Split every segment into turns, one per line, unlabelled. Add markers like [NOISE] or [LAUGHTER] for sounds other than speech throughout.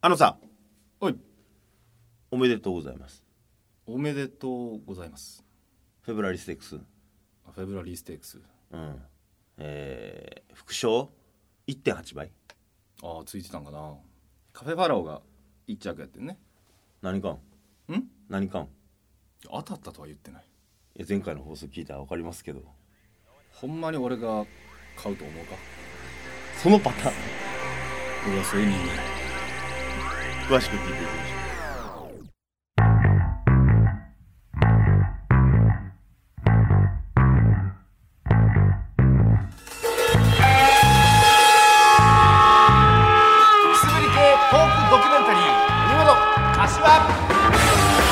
あのさん
はい
おめでとうございます
おめでとうございます
フェブラリーステークス
フェブラリーステークス
うんえー、副賞1.8倍
ああついてたんかなカフェファラオが一着やってんね
何かん
ん
何かんい
当たったとは言ってない
や前回の放送聞いたら分かりますけど
ほんまに俺が買うと思うか
そのパターン
俺はそういう人間
詳しく聞いていきましょ
くすぶり系トークドキュメンタリー「国本柏」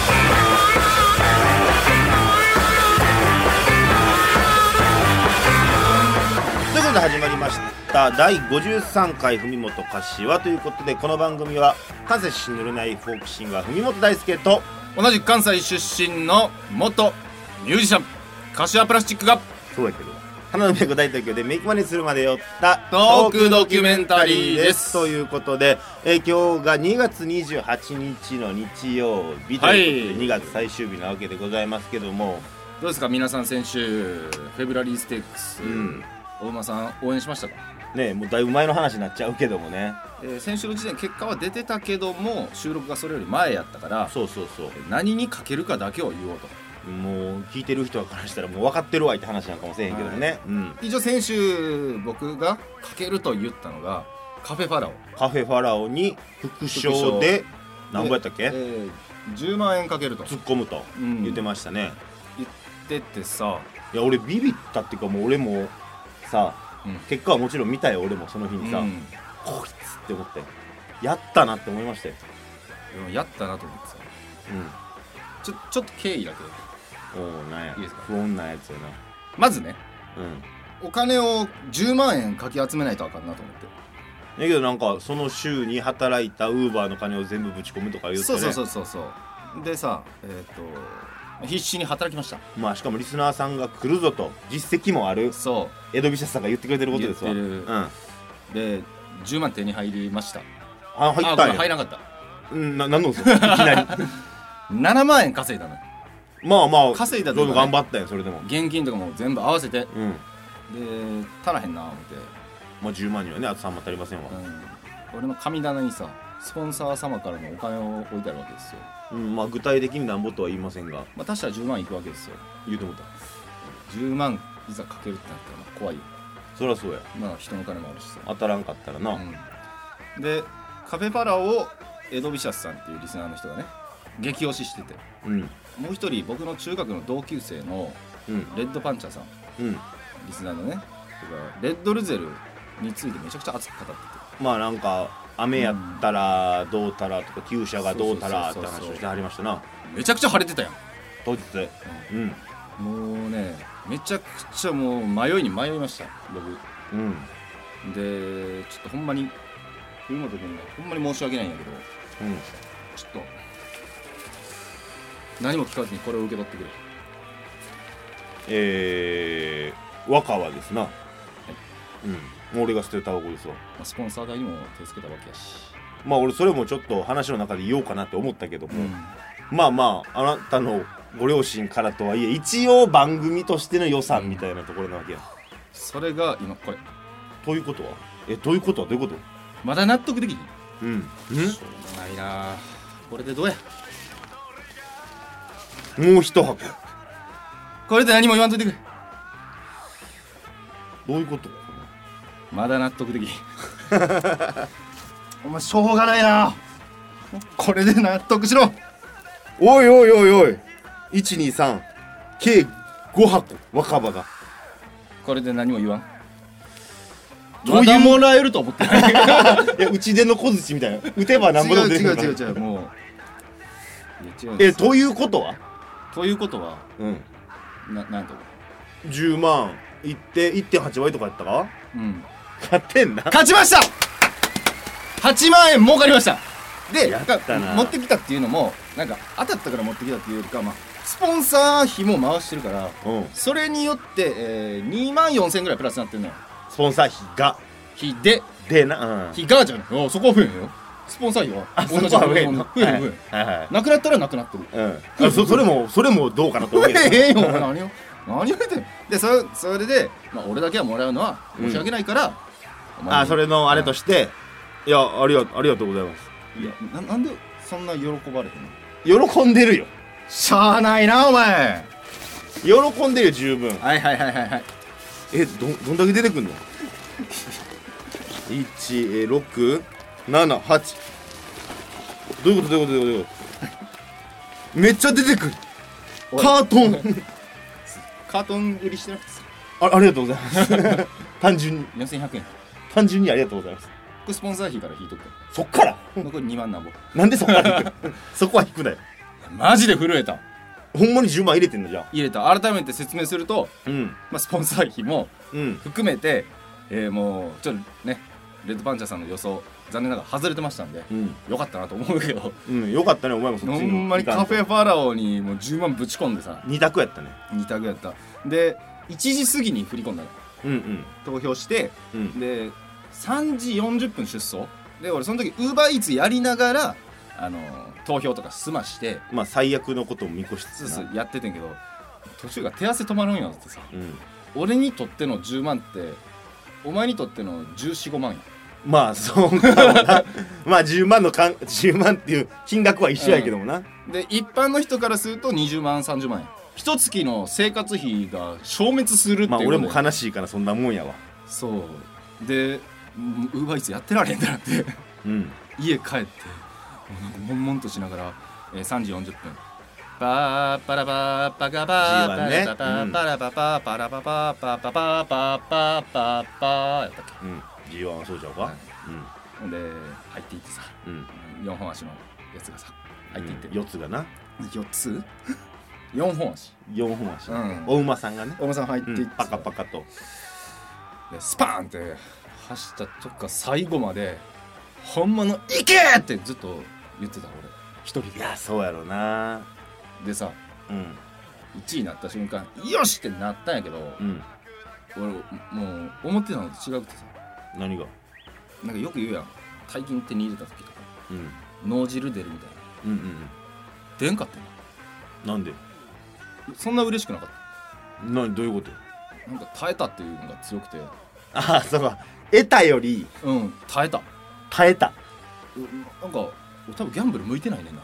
うということで始まりました第53回文元柏ということでこの番組は関西出身ぬれないフォークシンガー文元大輔と
同じく関西出身の元ミュージシャン柏プラスチックが
そうやけど花の都大東京でメイクマネするまで寄った
トークドキュメンタリーです
ということで、えー今日が2月28日の日曜日と
はい
いうことで、2月最終日なわけでございますけども
どうですか皆さん先週フェブラリーステークス、
ん
お馬さん応援しましたか、
ねもうだいぶ前の話になっちゃうけどもね
えー先週の時点結果は出てたけども収録がそれより前やったから
そうそうそう
何にかけるかだけを言おうと
もう聞いてる人からしたらもう分かってるわいって話なんかもせえへんけどね、うん、
一応先週僕がかけると言ったのがカフェファラオ
カフェファラオに副
副
賞
賞
で何ぼやったっけ、
えー10万円かけると
突っ込むと
うん
言ってましたね、
言っててさ
いや俺ビビったっていうかもう俺もさ、
うん
結果はもちろん見たよ俺もその日にさ、
うん
こいつって思ってやったなって思いましたよ、
でもやったなと思ってさちょちょっと経緯だけど
うん、おおなんや
いいですか
不穏なやつよな
まずね
うん
お金を10万円かき集めないとあかんなと思って
だけどなんかその週に働いたウーバーの金を全部ぶち込むとか言って、
そう
ね、
そうそうそうそうでさえっ、と必死に働きました
まあしかもリスナーさんが来るぞと実績もある
そ
江戸美シャスさんが言ってくれてることですわ
言ってる
うんあ
うで10万手に入りました
入
あ
っ
ご
た
めん
ん
入
や
らなかっ
うんななんのそれいきなり
[LAUGHS] た7万円稼いだのよ
まあまあ
稼いだと
ど
か
う
ね
ぞ頑張ったよそれでも
現金とかも全部合わせてで
うん
足らへんな思って、
まあ10万にはねあと3万足りませんわ
うん、俺の神棚にさスポンサー様からのお金を置いてあるわけですよ
うんまあ具体的になんぼとは言いませんが
まあ他社は10万いくわけですよ
言うと思った
10万いざかけるってなったらまあ怖いよ
そりゃそうや
まあ人の金もあるしさ
当たらんかったらな、
うんでカフェパラをエドビシャスさんっていうリスナーの人がね激推ししてて
うん
もう一人僕の中学の同級生の
うん
レッドパンチャーさん
うん
リスナーのねてかレッドルゼルについてめちゃくちゃ熱く語って
まあなんか雨やったらどうたらとか旧車がどうたらって
そうそうそう
話
そう
をしてはりましたな
てめちゃくちゃ晴れてたやん
当日うん
もうねめちゃくちゃもう迷いに迷いました僕
うん
でちょっとほんまに文本君がほんまに申し訳ないんやけど
うん
ちょっと何も聞かずにこれを受け取ってくれ
えー、和歌はですなうんもう俺が捨てた方がですわ
まあスポンサー代にも手つけたわけやし、
まあ俺それもちょっと話の中で言おうかなって思ったけども、まあまああなたのご両親からとはいえ一応番組としての予算みたいなところなわけや、
それが今これ
ということはえどういうことはどういうこと
まだ納得できひん
うん
しょうがないなこれでどうや
んもう一箱
これで何も言わんといてくれ
どういうこと
まだ納得できひん [LAUGHS] お前しょうがないなこれで納得しろ
おいおいおいおい123計5箱若葉が
これで何も言わん
どういう
まだもらえると思って
[LAUGHS]
ない
いやうちでの小槌みたいな打てばなんぼでも出るから
違うもういや違うんで
え
す
ということは
ということは
うん
ななんと
10万いって1.8倍とかやったか
うん
勝てんな
勝ちました8万円儲かりましたで
やったな
持ってきたっていうのもなんか当たったから持ってきたっていうよりか、まあ、スポンサー費も回してるから
うん
それによって、えー、2万4000円ぐらいプラスになってるのよ
スポンサー費が
費で
でなうん
費がじゃないおそこは増えへんよスポンサー費は
あそこ
同じ
は増えんの
増える増える
はいはいはい
なくなったらなくなってる
うんあそそれもそれもどうかなと思うけど
[LAUGHS] ええよ何を何を言ってんのでそそれで、まあ、俺だけはもらうのは申し訳ないから、お前
[LAUGHS]
に
あそれのあれとしていやありがありがとうございます
いやななんでそんな喜ばれへんの
喜んでるよ
しゃあないなお前
喜んでるよ十分
はいはいはいはいはい
えどどんだけ出て [LAUGHS] くんの ?1678 どういうことどういうことどういうことめっちゃ出てくる
おい
カートン
カートン売りしてなくてさ
あありがとうございます [LAUGHS] 単純に
4100円こ
単純にありがとうございます
れスポンサー費から引いとくか
そっから
ら残り2万なんぼ
なんでそっから引く [LAUGHS] そこは引くなよ
マジで震えた
ほんまに10万入れてんのじゃあ
入れた改めて説明すると、
うん
まあ、スポンサー費も
うん
含めて、えーもうちょっとねレッドパンチャーさんの予想残念ながら外れてましたんで
うん、
よかったなと思うけど
うん、よかったねお前もそっ
ほ
ち
んまにカフ
ェ
ェファラオにもう10万ぶち込んでさ
2択やったね
2択やったで1時過ぎに振り込んだの
うんうん
投票して
うん
で3時40分出走で俺その時ウーバーイーツやりながらあの投票とか済まして
まあ最悪のことも見越しつ
スー
つ
ス
な
ーやっててんけど途中が手汗止まるんやってさ
うん
俺にとっての10万ってお前にとっての1415万や
まあそうかもな [LAUGHS] まあ10万のかん10万っていう金額は一緒やけどもな、
で一般の人からすると20万30万円一月の生活費が消滅するっていう
まあ
こと
俺
で
も悲しいからそんなもんやわ
そうでうんウーバーイーツやってられへんってなって
うん
家帰ってもうなんか悶々としながら、えー、3時40分パーパラパーパカパー
G1 ね
パラパーパラパパーパラパパーパパパーパパパーパーやったっ
うん G1 はそうちゃうか、
はいけほんで入っていってさ
うんうん
4本足のやつがさ入っていって、
うん四つがな
4つ4本足
4本足、
うん
お馬さんがね、
小野さん入って
う
いって
ん、パカパカと
でスパーンって走ったとこから最後までほんまの「行け!」ってずっと言ってた俺一人
いやそうやろな
でさ
うん
1位になった瞬間「よし!」ってなったんやけど、
うん
俺もう思ってたのと違くてさ
何が
なんかよく言うやん大金手に入れた時とか
うん
脳汁出るみたいな
うんうん
出んかったよ
うんなんで
そんな嬉しくなかっ
などういうこと
たなんか耐えたっていうのが強くて
ああそうか得たより
うん耐えた
耐えた
うなんか俺多分ギャンブル向いてないねんな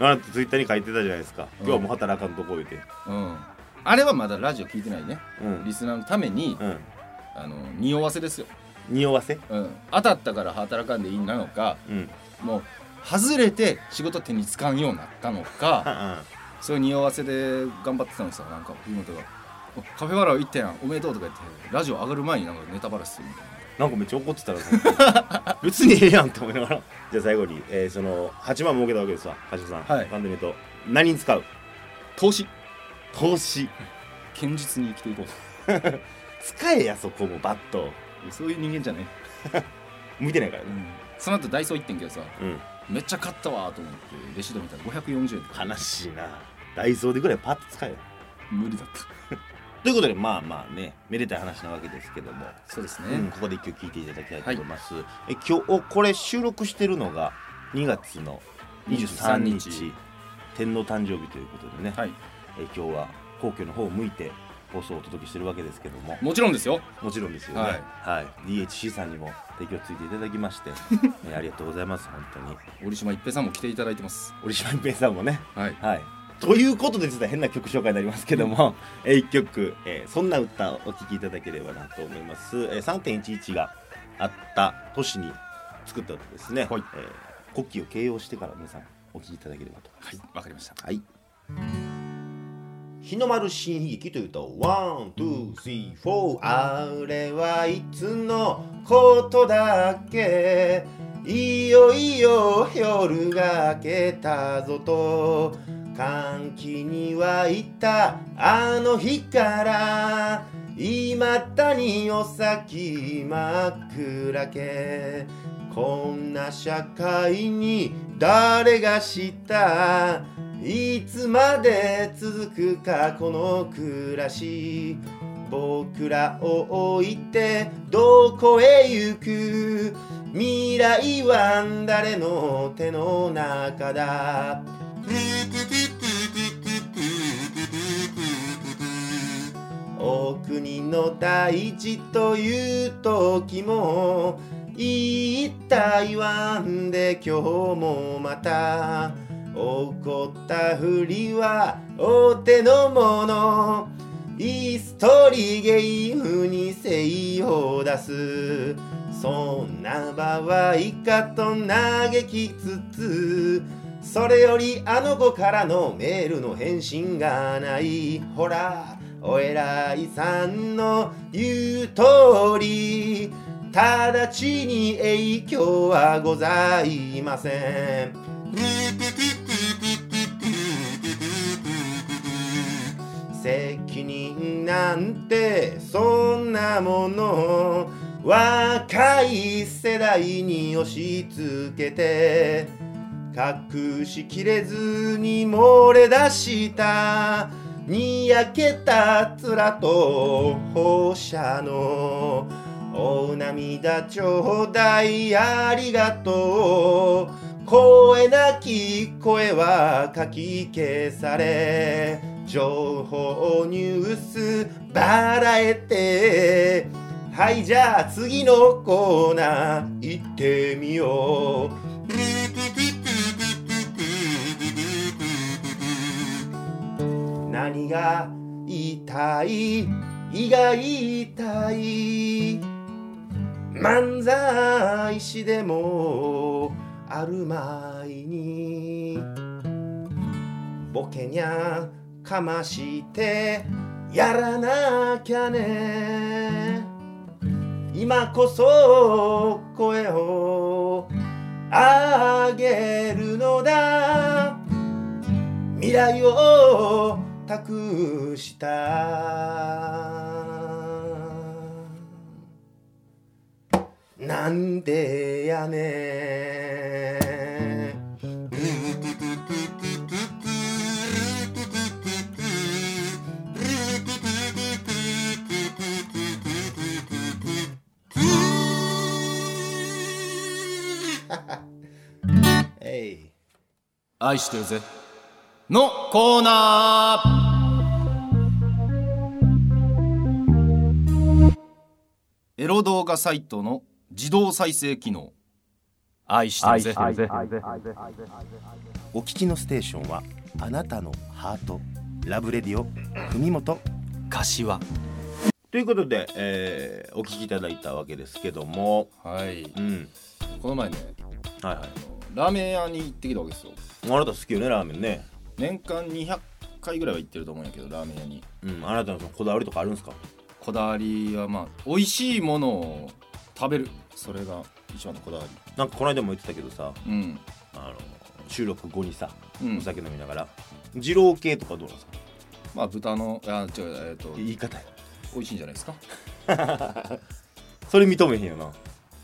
あなたツイッターに書いてたじゃないですか
う
今
ん
日はもう働かんとこ言うて
うんあれはまだラジオ聞いてないね
うん
リスナーのために
うん
あの匂わせですよ
匂わせ
うん、当たったから働かんでいいなのか
うん
もう外れて仕事手につかんようになったの [LAUGHS] か
あ
そういう匂わせで頑張ってたのさなんか藤本が「おカフェバラ行ったやんおめでとう」とか言ってラジオ上がる前になんかネタバラするみたい
なんかめっちゃ怒ってたらその
[LAUGHS]
時別にええやんって思いながらじゃあ最後に、えーその8万儲けたわけですわ橋田さん、
はい
パンデミと何に使う
な投資
投資
堅実に生きていこ
使えやそこもバット
うそういう人間じゃね
向いてないから
え、
ね
その後ダイソー行ってんけどさ
うん
めっちゃ買ったわと思ってレシート見たら540円で
悲しいなダイソーでぐらいパッと使えよ
無理だった
ということでまあまあねめでたい話なわけですけども、
そうですね、
うん、ここで一曲聴いていただきたいと思います、え今日これ収録してるのが2月の23日
23
天皇誕生日ということでね、
はい
え今日は皇居の方を向いて放送をお届けしてるわけですけども
もちろんですよ
もちろんですよね、は
はい
DHC さんにも提供ついていただきま [LAUGHS] して、えありがとうございます本当に
折島一平さんも来ていただいてます
折島一平さんもね
はい
はいということで実は変な曲紹介になりますけども、え1曲、えーそんな歌」をお聴きいただければなと思います、えー3.11があった年に作った歌ですね、
はい
えー国旗を掲揚してから皆さんお聴きいただければと
はいわかりました
はい。日の丸新悲劇というと、ワン、ツー、スリー、フォー。あれはいつのことだっけいよいよ夜が明けたぞと。歓喜には行ったあの日から。いまだにお先真っ暗けこんな社会に誰が知ったいつまで続くかこの暮らし僕らを置いてどこへ行く未来は誰の手の中だお国の大事という時も言い台湾で今日もまた怒ったふりはお手の物イーストリゲイフに精を出すそんな場合かと嘆きつつそれよりあの子からのメールの返信がないほらお偉いさんの言う通り直ちに影響はございません責任なんてそんなもの若い世代に押し付けて隠しきれずに漏れ出したにやけた面と放射のお涙ちょうだいありがとう声なき声はかき消され情報ニュースばらえてはいじゃあ次のコーナー行ってみよう [LAUGHS] 何が言いたい胃が言いたい漫才師でもあるまいにボケにゃかましてやらなきゃね今こそ声を上げるのだ未来を託したなんでやねんえい
愛してるぜのコーナーエロ動画サイトの自動再生機能愛してるぜ
お聞きのステーションはあなたのハートラブレディオ文元
柏
ということで、えーお聞きいただいたわけですけども
はい
うん
この前ね
はいはい
ラーメン屋に行ってきたわけですよ
あなた好きよねラーメンね
年間200回ぐらいは行ってると思うんやけどラーメン屋に
うんあなたのそのこだわりとかあるんですか
こだわりはまあ美味しいものを食べるそれが一番のこだわ
なんかこの間も言ってたけどさ
りうん
あの収録後にさ
うん
お酒飲みながら、二郎系とかどうなんですか
まあ豚のあ違うえっ、と
言い方や
美味しいんじゃないですか
それ認めへんよな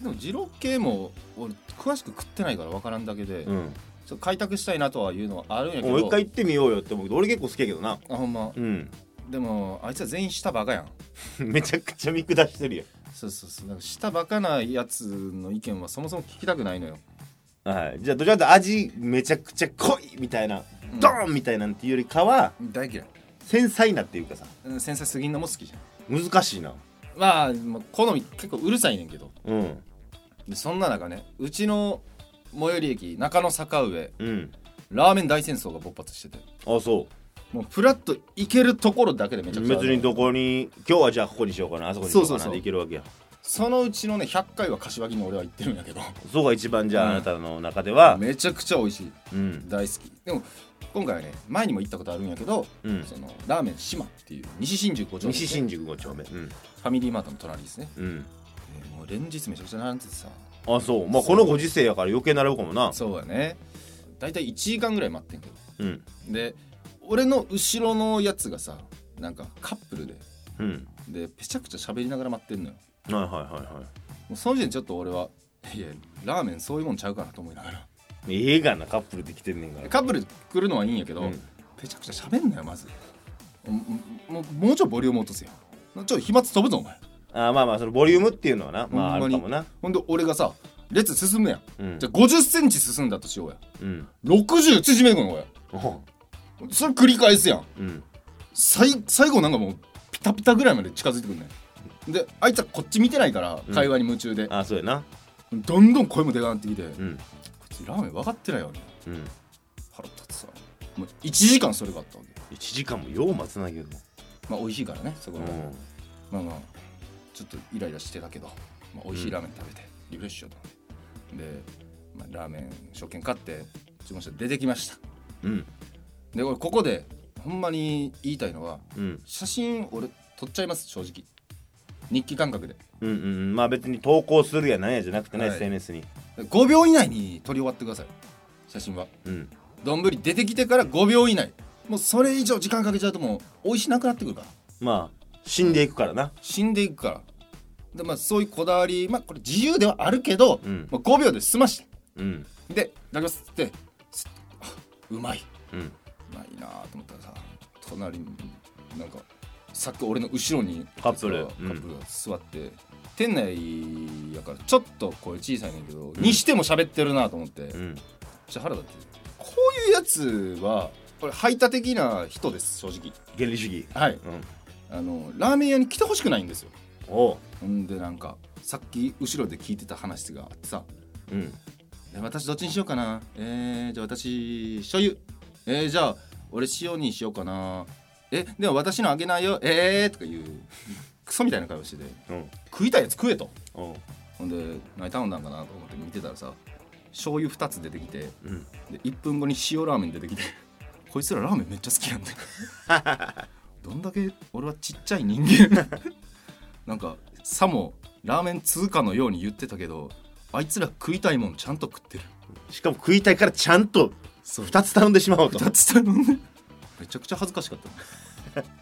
でも二郎系も俺詳しく食ってないから分からんだけで、ちょっ
ん
と開拓したいなとはいうのはあるんやけど
もう一回行ってみようよって思うけど俺結構好きやけどな
あほんま
うん [LAUGHS]
でもあいつは全員舌バカやん
めちゃくちゃ見下してるよ
そうそうそうなんか舌バカなやつの意見はそもそも聞きたくないのよ
はい、じゃあどちらかというと味めちゃくちゃ濃いみたいな、ドーンみたいなんていうよりかは
大嫌い
繊細なっていうかさ
うん繊細すぎんのも好きじゃん
難しいな
まあまあ好み結構うるさいねんけど
うん
でそんな中ねうちの最寄り駅中野坂上
うん
ラーメン大戦争が勃発してて
あそ
もうフラッと行けるところだけでめち
う
ゃくちゃ
別にどこに今日はじゃあここにしようかなあそこにしようか
そうそう
な
そう
でいけるわけや
そのうちのね100回は柏木の俺は行ってるんやけど
そこが一番じゃあ、
うん
あなたの中では
めちゃくちゃ美味しい
うん
大好きでも今回はね前にも行ったことあるんやけど、
うん
そのラーメン島っていう西新宿5丁目
西新宿5丁目うん
ファミリーマートの隣ですね、
うん
えーもう連日めちゃくちゃ並んでてさ
あそうまあ
そう
このご時世やから余計なるかもな
そうやね大体1時間ぐらい待ってんけど
うん
で俺の後ろのやつがさなんかカップルで
うん
でぺちゃくちゃ喋りながら待ってんのよ
はいはいはいは
もうその時点でちょっと俺はいやラーメンそういうもんちゃうかなと思いながら
いええがなカップルできてんねんから
カップル来るのはいいんやけど、
うん
めちゃくちゃ喋んなよまずももうもうちょいボリューム落とせよちょっと飛沫飛ぶぞお前
あまあまあそのボリュームっていうのはなまああ
ほんま
る
に
かもな
ほんで俺がさ列進むやん、
うん
じゃあ50センチ進んだとしようや
うん
60縮めてくのこ
お
れそれ繰り返すやん
うん
最最後なんかもうピタピタぐらいまで近づいてくんねんであいつはこっち見てないから
うん
会話に夢中で、
あそうやな
どんどん声もでかなってきて、こ
うん
いつラーメン分かってないわね
うん
腹立つわもう1時間それがあったわけ
1時間もよう待つなけど
まあ美味しいからねそこ
う
は、
ん
まあまあちょっとイライラしてたけど、まあ、美味しいラーメン食べてリフレッシュしようと思ってで、まあ、ラーメン食券買って注文して出てきました
うん
で俺ここでほんまに言いたいのは
うん
写真俺撮っちゃいます正直日記感覚で
うんうんうんまあ別に投稿するやなんやじゃなくてね、
はい
SNS に
5秒以内に撮り終わってください写真は
うん
丼出てきてから5秒以内もうそれ以上時間かけちゃうともう美味しなくなってくるから
まあ死んでいくからな
死んでいくからで、まあ、そういうこだわりまあこれ自由ではあるけど、
うん
まあ、5秒で済まして
うん
でいただきますってすあうまい
うん
うまいなと思ったらさ隣になんかさっき俺の後ろに
カップル
カ
うん
ップルが座って、店内やからちょっと声小さいねんけど、にしても喋ってるなと思って、
う
めっ
ん
ちゃ腹立ってるこういうやつはこれ排他的な人です正直
原理主義
はい
うん
あのラーメン屋に来てほしくないんですよ
おう
ほんでなんかさっき後ろで聞いてた話があってさ
うん
え私どっちにしようかなえー、じゃあ私醤油えー、じゃあ俺塩にしようかなえでも私のあげないよえー、とかいうクソみたいな会話してて
うん
食いたいやつ食えと
おう
ほんで何頼んだんかなと思って見てたらさ醤油2つ出てきて
うん
で1分後に塩ラーメン出てきてこいつらラーメンめっちゃ好きやんね [LAUGHS] どんだけ俺はちっちゃい人間 [LAUGHS] なんかさもラーメン通貨のように言ってたけどあいつら食いたいもんちゃんと食ってる
しかも食いたいからちゃんと
そう
2つ頼んでしまおうと
2つ頼んでめちゃくちゃ恥ずかしかったな
ちっ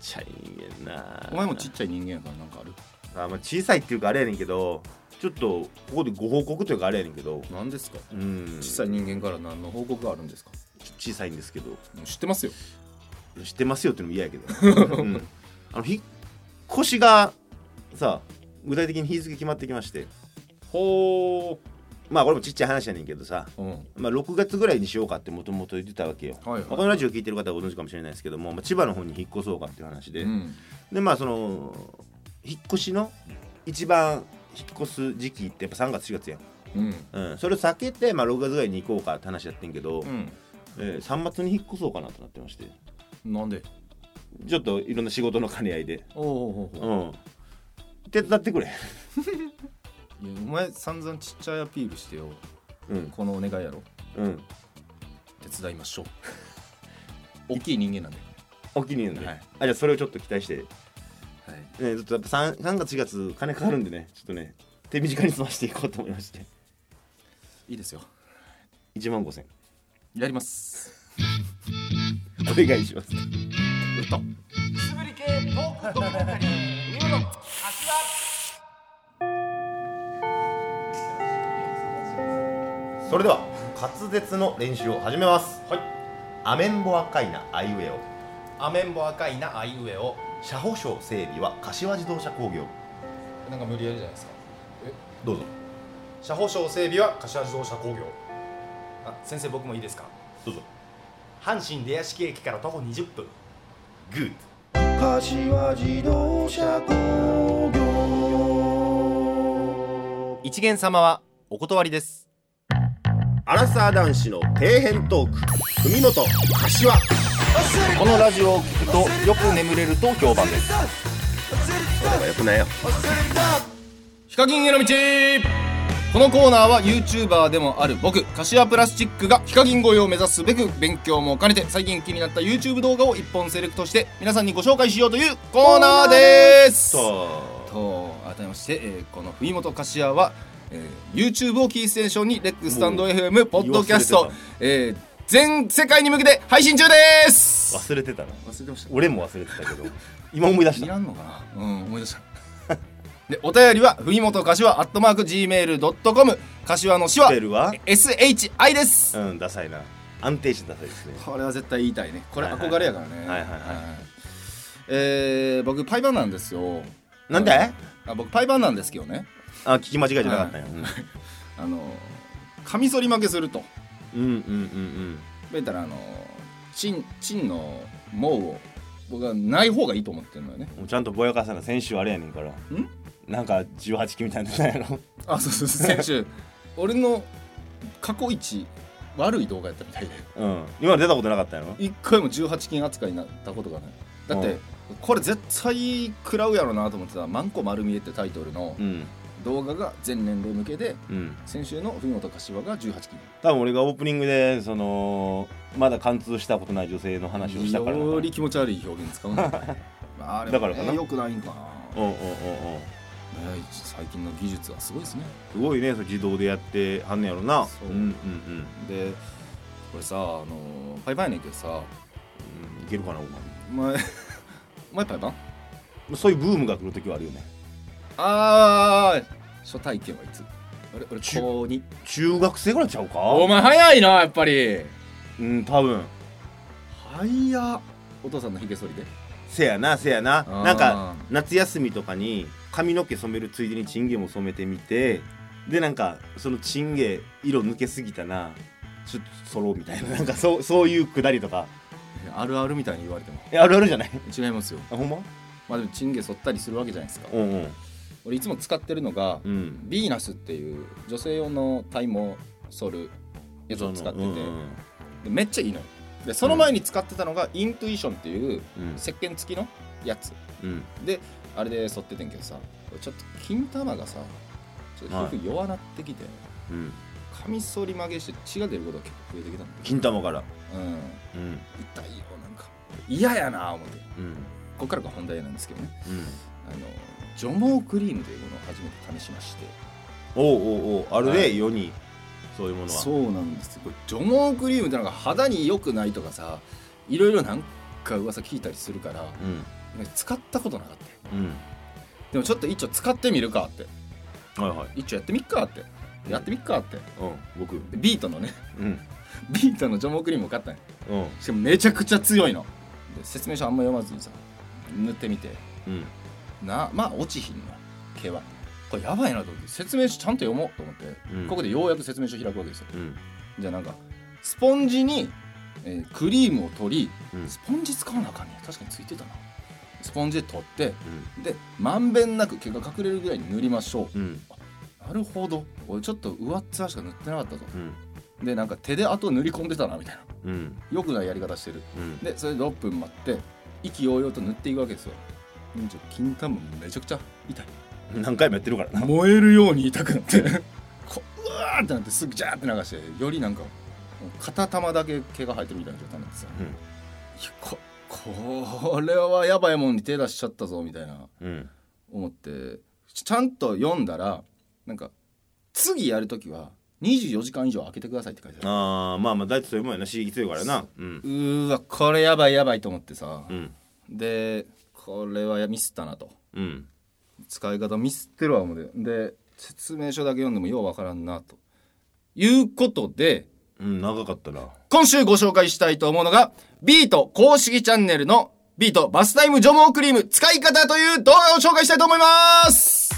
ちゃい人間な
お前もちっちゃい人間やからなんかある
あ、まあ、小さいっていうかあれやねんけどちょっとここでご報告というかあれやねんけど
何ですか
うん
小さい人間から何の報告があるんですか
小さいんですけど
知ってますよ
知ってますよってのも嫌やけ [LAUGHS] ど、うんあの引っ越しがさ具体的に日付決まってきまして
ほ
まあこれもちっちゃい話やねんけどさ
ううん
まあ、6月ぐらいにしようかってもともと言ってたわけよ、
はいはい
まあこのラジオ聞いてる方はご存知かもしれないですけども、まあ、千葉の方に引っ越そうかっていう話で、
うん
でまあその引っ越しの一番引っ越す時期ってやっぱ3月4月やん、
うん
うん、それを避けて、まあ、6月ぐらいに行こうかって話やってんけど、
うん
えー3月に引っ越そうかなとなってまして
なんで
ちょっといろんな仕事の兼ね合いで、
おおおお
うん、手伝ってくれ、
いやお前散々ちっちゃいアピールしてよ
うん
このお願いやろ
うん、
手伝いましょう [LAUGHS] 大きい人間なんで
お気に入りなんで、
はい
あじゃあそれをちょっと期待して、ね、
はい
ちょっとやっぱ 3, 3月4月金かかるんでねちょっとね手短に済ましていこうと思いまして。
いいですよ
1万5000
やります
お願いします
やった
くすぶり系トークドキュメンタリー見事明日
それでは滑舌の練習を始めます
はい
アメンボ赤いなアイウェオ
アメンボ赤いなあいうえを
車保証整備は柏自動車工業
なんか無理やりじゃないですか
どうぞ
車保証整備は柏自動車工業あ先生僕もいいですか
どうぞ
阪神出屋敷駅から徒歩20分
グー
柏自動車工業
一元様はお断りです
アラサー男子の底辺トーク文元柏このラジオを聞くとよく眠れると評判ですそれはよくないよ
ヒカキンへの道このコーナーは YouTuber でもある僕柏プラスチックがヒカキン越えを目指すべく勉強も兼ねて最近気になった YouTube 動画を1本セレクトして皆さんにご紹介しようというコーナーです
そう
と改めまして、えーこの文元柏は、えー YouTube をキーステーションにレックスタンド FM ポッドキャス
忘れ
ト
てた、
えー全世界に向けて配信中です
忘れてたな
忘れてました
俺も忘れてたけ [LAUGHS] ど今思い出し
い
た
らんのかなうん思い出した [LAUGHS] でお便りは文元柏アットマーク Gmail.com 柏の詩は
ベルは
SHI です、
うんダサいな安定してダサいですね
これは絶対言いたいねこれ
はいはい
憧れやからね
はいはいはい
えー僕パイバンなんですよ
なんで
あ僕パイバンなんですけどね
あ聞き間違いじゃなかったよ、うん
あのカミソリ負けすると
うんうんうん
言ったらあのチンチンの毛を僕はない方がいいと思ってるのよね
もうちゃんとぼやかさな先週あれやねんから
ん
なんか18期みたいなのないやろ
あそうそうそう先週俺の過去一悪い動画やったみたいで
うん今まで出たことなかったやろ
一回も18金扱いになったことがないだって、
うん
これ絶対食らうやろなと思ってた「マンコ丸見え」ってタイトルの
うん
動画が全年齢向けで
うん
先週の文本柏が18金
多分俺がオープニングでそのまだ貫通したことない女性の話をしたからだから
より気持ち悪い表現使うな
[LAUGHS]
あれ
だからかな
よくないんかな
うんうんうんうん
ね最近の技術はすごいですね
すごいねそれ自動でやってはんねやろな
そう
うんうんうん
でこれさあのーパイパンやねんけどさ
うんいけるかなお前
お前 [LAUGHS] お前パイパン
そういうブームが来る時はあるよね
あー初体験はいつ俺俺
中
高2
中学生ぐらいちゃうか
お前早いなやっぱり
うん多分
早っお父さんのひげ剃りで
せやなせやな
あー
なんか夏休みとかに髪の毛染めるついでにチンゲも染めてみてでなんかそのチンゲ色抜けすぎたなちょっと揃うみたいななんかそうそういうくだりとか
あるあるみたいに言われても
えあるあるじゃない
違いますよ
あほんま
まあでもチンゲ剃ったりするわけじゃないですか
うんうん
俺いつも使ってるのが
うん
ヴィーナスっていう女性用の体毛剃るやつを使ってて、
うんうん
でめっちゃいいのよでその前に使ってたのがイントゥイションっていう
うん
石鹸付きのやつ
うん
であれで剃っててんけどさちょっと金玉がさちょっと皮膚弱なってきて、
うん
カミソリ曲げして血が出ることが結構増えてきたんだ
金玉から
よ、うん、
うん
痛いよなんか嫌やな思って
うん
こっからが本題なんですけどね
うん
あの除毛クリームというものを初めて試しまして
おうおうおうある
は
で
い
世にそういうものは
そうなんですよこれ除毛クリームってなんか肌に良くないとかさいろいろなんか噂聞いたりするから
うん
なんか使ったことなかったよ
うん
でもちょっと一応使ってみるかって
はいはい
一応やってみっかってやってみっかって
うん僕
でビートのね [LAUGHS]
うん
ビートの除毛クリームを買ったんよ
うん
しかもめちゃくちゃ強いので説明書あんま読まずにさ塗ってみて
うん
なまあ落ちひんの毛はこれやばいなと思って説明書ちゃんと読もうと思って、
うん
ここでようやく説明書開くわけですよ
うん
じゃあなんかスポンジに、えークリームを取り、
うん
スポンジ使わなあかんね確かについてたなスポンジで取ってでまんべんなく毛が隠れるぐらいに塗りましょ
うんうん
うなるほど俺ちょっと上っ面しか塗ってなかったと
うん
でなんか手で後塗り込んでたなみたいな
うん
よくないやり方してる
うん
でそれで6分待って意気揚々と塗っていくわけですようんちょ金玉めちゃくちゃ痛い
何回もやってるからな
[LAUGHS] 燃えるように痛くなって [LAUGHS] こううわーってなってすぐジャーって流してよりなんかもう片玉だけ毛が生えてるみたいな状態なんですよ、
うん
いやここれはやばいもんに手出しちゃったぞみたいな
うん
思ってちちゃんと読んだらなんか次やるときは24時間以上空けてくださいって書いてある
あーまあまあ大体そういうもんやな刺激強いからなうん
うーわこれやばいやばいと思ってさ、
うん
でこれはミスったなと
うん
使い方ミスってるわ思うでで説明書だけ読んでもようわからんなということで
うん長かったな
今週ご紹介したいと思うのがビート公式チャンネルのビートバスタイム除毛クリーム使い方という動画を紹介したいと思います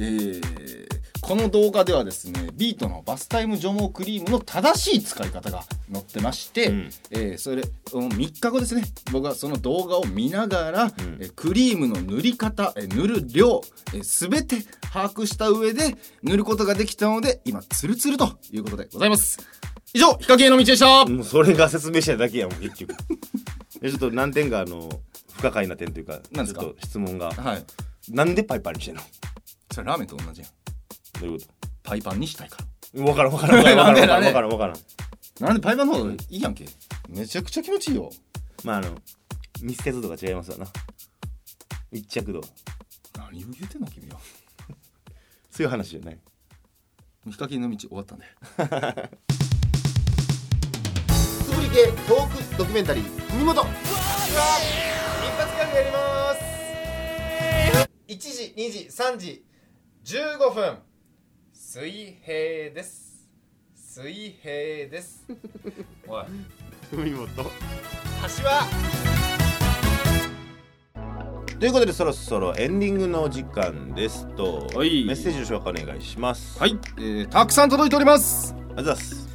えーこの動画ではですねビートのバスタイム除毛クリームの正しい使い方が載ってまして、
ん
えーそれ3日後ですね僕はその動画を見ながら、えークリームの塗り方、えー塗る量、えー全て把握した上で塗ることができたので今ツルツルということでございます以上ヒカキンへの道でした
もうそれが説明しただけやもん結
[LAUGHS]
局でちょっと難点があの不可解な点というか
なんですか
ちょっと質問が
はい
なんでパイパンにしてんの
それラーメンと同じやん
どういうこ
パイパンにしたいか
と分からん分からん分からん分からん分か
なんでな
らん分からん
らなんでパイパンの方がいいやんけめちゃくちゃ気持ちいいよ
まああの密接度が違いますわな密着度
何を言うてんの君は
そういう話じゃない
ヒカキンの道終わったんで
つぶり系トークドキュメンタリー「海本」一発ギャグやります
1時2時3時15分水平です水平ですおい
海本
橋は
ということでそろそろエンディングの時間ですと、
はい
メッセージの紹介お願いします
はい、えーたくさん届いております、
ありがとうございます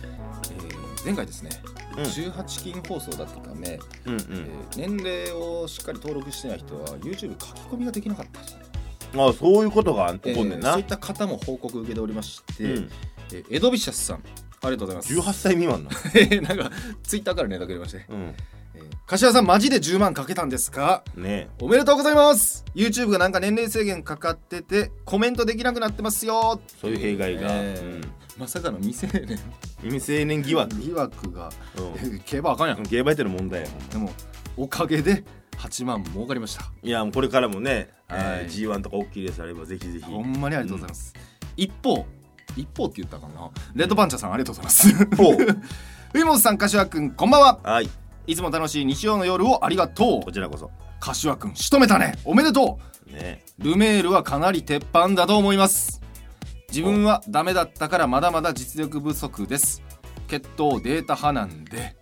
えー前回ですね、
うん
18禁放送だったため、
うんうん
えー年齢をしっかり登録してない人は YouTube 書き込みができなかったと
あそういうことが起
えー
こんねん
そ
な、
ういった方も報告受けておりまして、
うん、
えーエドビシャスさんありがとうございます
18歳未満なの、
[LAUGHS] 歳なんかツイッターから連絡くれまして、
うん、
えー柏さんマジで10万かけたんですか
ね
おめでとうございます YouTube がなんか年齢制限かかっててコメントできなくなってますよ
そういう弊害が、
えーまさかの未成年
うん、未成年疑惑、
[LAUGHS] 疑惑が
う
競馬あかんやん
ん、ゲーバイトの問題やもん
でもおかげで8万儲かりました
いやもうこれからもね、
はい
えー G1 とか大きいレースあればぜひぜひ
ほんまにありがとうございます、一方一方って言ったかなレッドパンチャーさんありがとうございます [LAUGHS]
ほう
藤本さん柏君こんばんは
はい
いつも楽しい日曜の夜をありがと
こ
う
ちらこそ
柏君仕留めたねおめでとう
ね
ルメールはかなり鉄板だと思います自分はダメだったからまだまだ実力不足です血統データ派なんで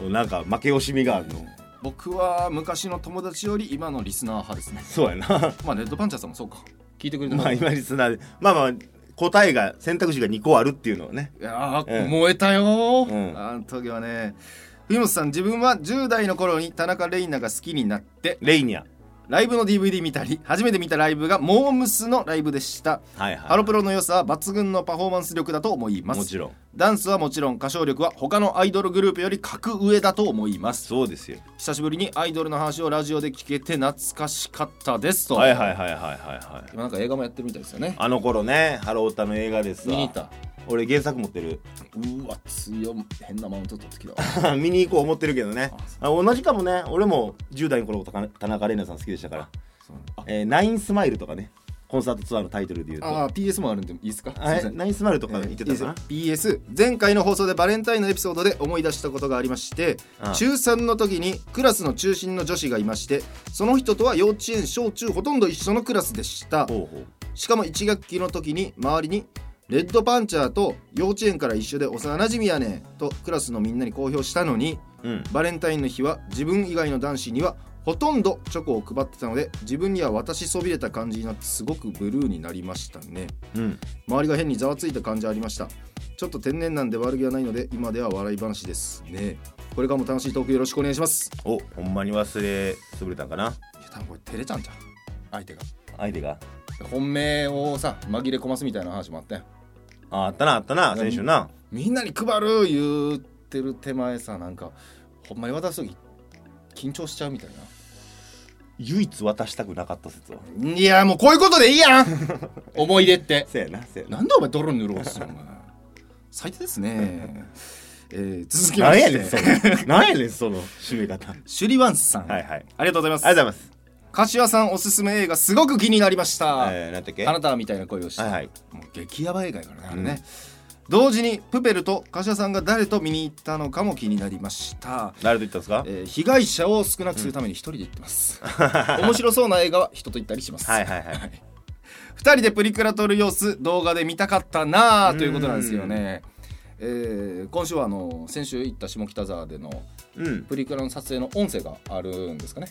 おなんか負け惜しみがあるの
僕は昔の友達より今のリスナー派ですね
そうやな
まあレッドパンチャーさんもそうか聞いてくれて
[LAUGHS] ま
なか
あ
った
今リスナーでまあまあ答えが選択肢が2個あるっていうのはね
いやー、
ええ
燃えたよー、
うん
あの時はね藤本さん自分は10代の頃に田中玲奈が好きになって
レイニア
ライブの DVD 見たり初めて見たライブがモームスのライブでした
はい
ハロプロの良さは抜群のパフォーマンス力だと思います
もちろん
ダンスはもちろん歌唱力は他のアイドルグループより格上だと思います
そうですよ
久しぶりにアイドルの話をラジオで聞けて懐かしかったですと、
はいはいはいはいはいはい
今なんか映画もやってるみたいですよね
あの頃ねハロータの映画です
見
わ
に行った
俺原作持ってる [LAUGHS]
うわ強い変なマウント取ってきたわ
見に行こう思ってるけどねあ同じかもね俺も10代の頃田中玲奈さん好きでしたから
そう
「えーナインスマイル」とかねコンサートツアーのタイトルで言うと
ああ PS もあるんでいいですかすい
あ
ま
れ
せん
ナインスマイルとか言ってたかな、
PS 前回の放送でバレンタインのエピソードで思い出したことがありまして
うん
中3の時にクラスの中心の女子がいましてその人とは幼稚園小中ほとんど一緒のクラスでした
ほうほう
しかも1学期の時に周りに「レッドパンチャーと幼稚園から一緒で幼なじみやねん」とクラスのみんなに公表したのに
うん
バレンタインの日は自分以外の男子にはほとんどチョコを配ってたので自分には渡しそびれた感じになってすごくブルーになりましたね。
うん
周りが変にざわついた感じありましたちょっと天然なんで悪気はないので今では笑い話ですねこれからも楽しいトークよろしくお願いします
おほんまに忘れ潰れたんかない
や多分これ照れちゃうんじゃん相手が
相手が
本命をさ紛れ込ますみたいな話もあったやん
ああったなあったな
何
選手な
みんなに配る言ってる手前さなんかほんまに渡す時緊張しちゃうみたいな
唯一渡したくなかった説はい
やもうこういうことでいいやん [LAUGHS] 思い出って
せやなせやな
なんでお前泥塗ろうするお [LAUGHS] 前最低です [LAUGHS] ね、えー、続きま
何や
し
ねんその
て
何やねんその [LAUGHS] 締め
[LAUGHS]
方はい
シュリワンスさん、
はいあり
ありがとうございます
がとうございます
柏さんおすすめ映画すごく気になりました、
えー、なんてっけ
あ
は
なたみたいな声をして、
いはい
もう激ヤバ映画やからねあれね、同時にプペルと柏さんが誰と見に行ったのかも気になりました、
誰と言ったんですか
えー被害者を少なくするために一人で行ってます、面白そうな映画は人と行ったりします、
はいはいはい
[LAUGHS] 2人でプリクラ撮る様子動画で見たかったなあということなんですよね、えー今週はあの先週行った下北沢での
うん
プリクラの撮影の音声があるんですかね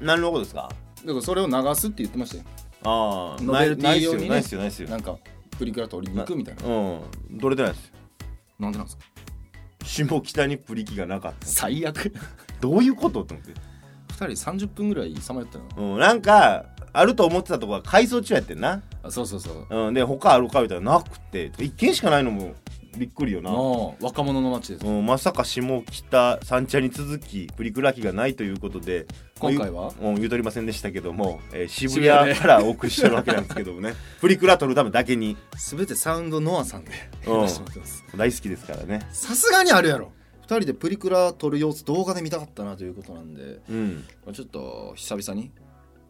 何のことですか
だからそれを流すって言ってましたよ
ああ
ノベルティ用にね
ないっすよないっすよない
な
っ
んかプリクラ取りに行くみたいな
す。ようん取れてないですよ
なんでなんですか
下北にプリキがなかった
最悪。
どういうことと思って
二人三十分ぐらいさまよったの。
うんなんかあると思ってたとこが改装中やってんな
あ、そうそうそう。
うんで他あるかみたいななくて一軒しかないのもびっくりよな
ああ、若者の街です。
うん、まさか下北三茶に続きプリクラ機がないということで
今回は
ゆうん、言うとりませんでしたけども、えー渋
渋谷で
谷からお送りしてるわけなんですけども [LAUGHS] ねプリクラ撮るためだけに
すべてサウンドノアさんで。
うん
出してもらってます
大好きですからね、
さすがにあるやろ。二人でプリクラ撮る様子動画で見たかったなということなんで、
うん
まあちょっと久々に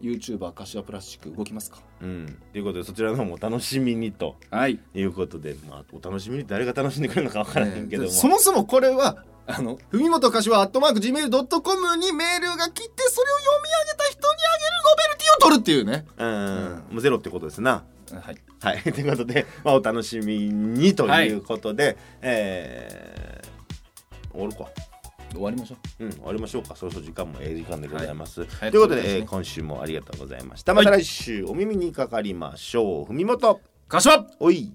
YouTuber 柏プラスチック動きますか。
うん、ということでそちらの方もお楽しみにと
はい。
いうことで、まあ、お楽しみにって誰が楽しんでくれるのか分からへ
[LAUGHS]
んけども、
そもそもこれはあの文本柏アットマーク Gmail.com にメールが来てそれを読み上げた人にあげるノベルティを取るっていうね
うんもうゼロってことですな。
はい
はい、 [LAUGHS] ということで、まあ、お楽しみにということで、えー、おるか。
終わりましょう
うん、終わりましょうか。そろそろ時間もええ時間でございます。
い
ということで、
早くです
え
ね
ー今週もありがとうございました。また来週、お耳にかかりましょう。文元、
柏
おい。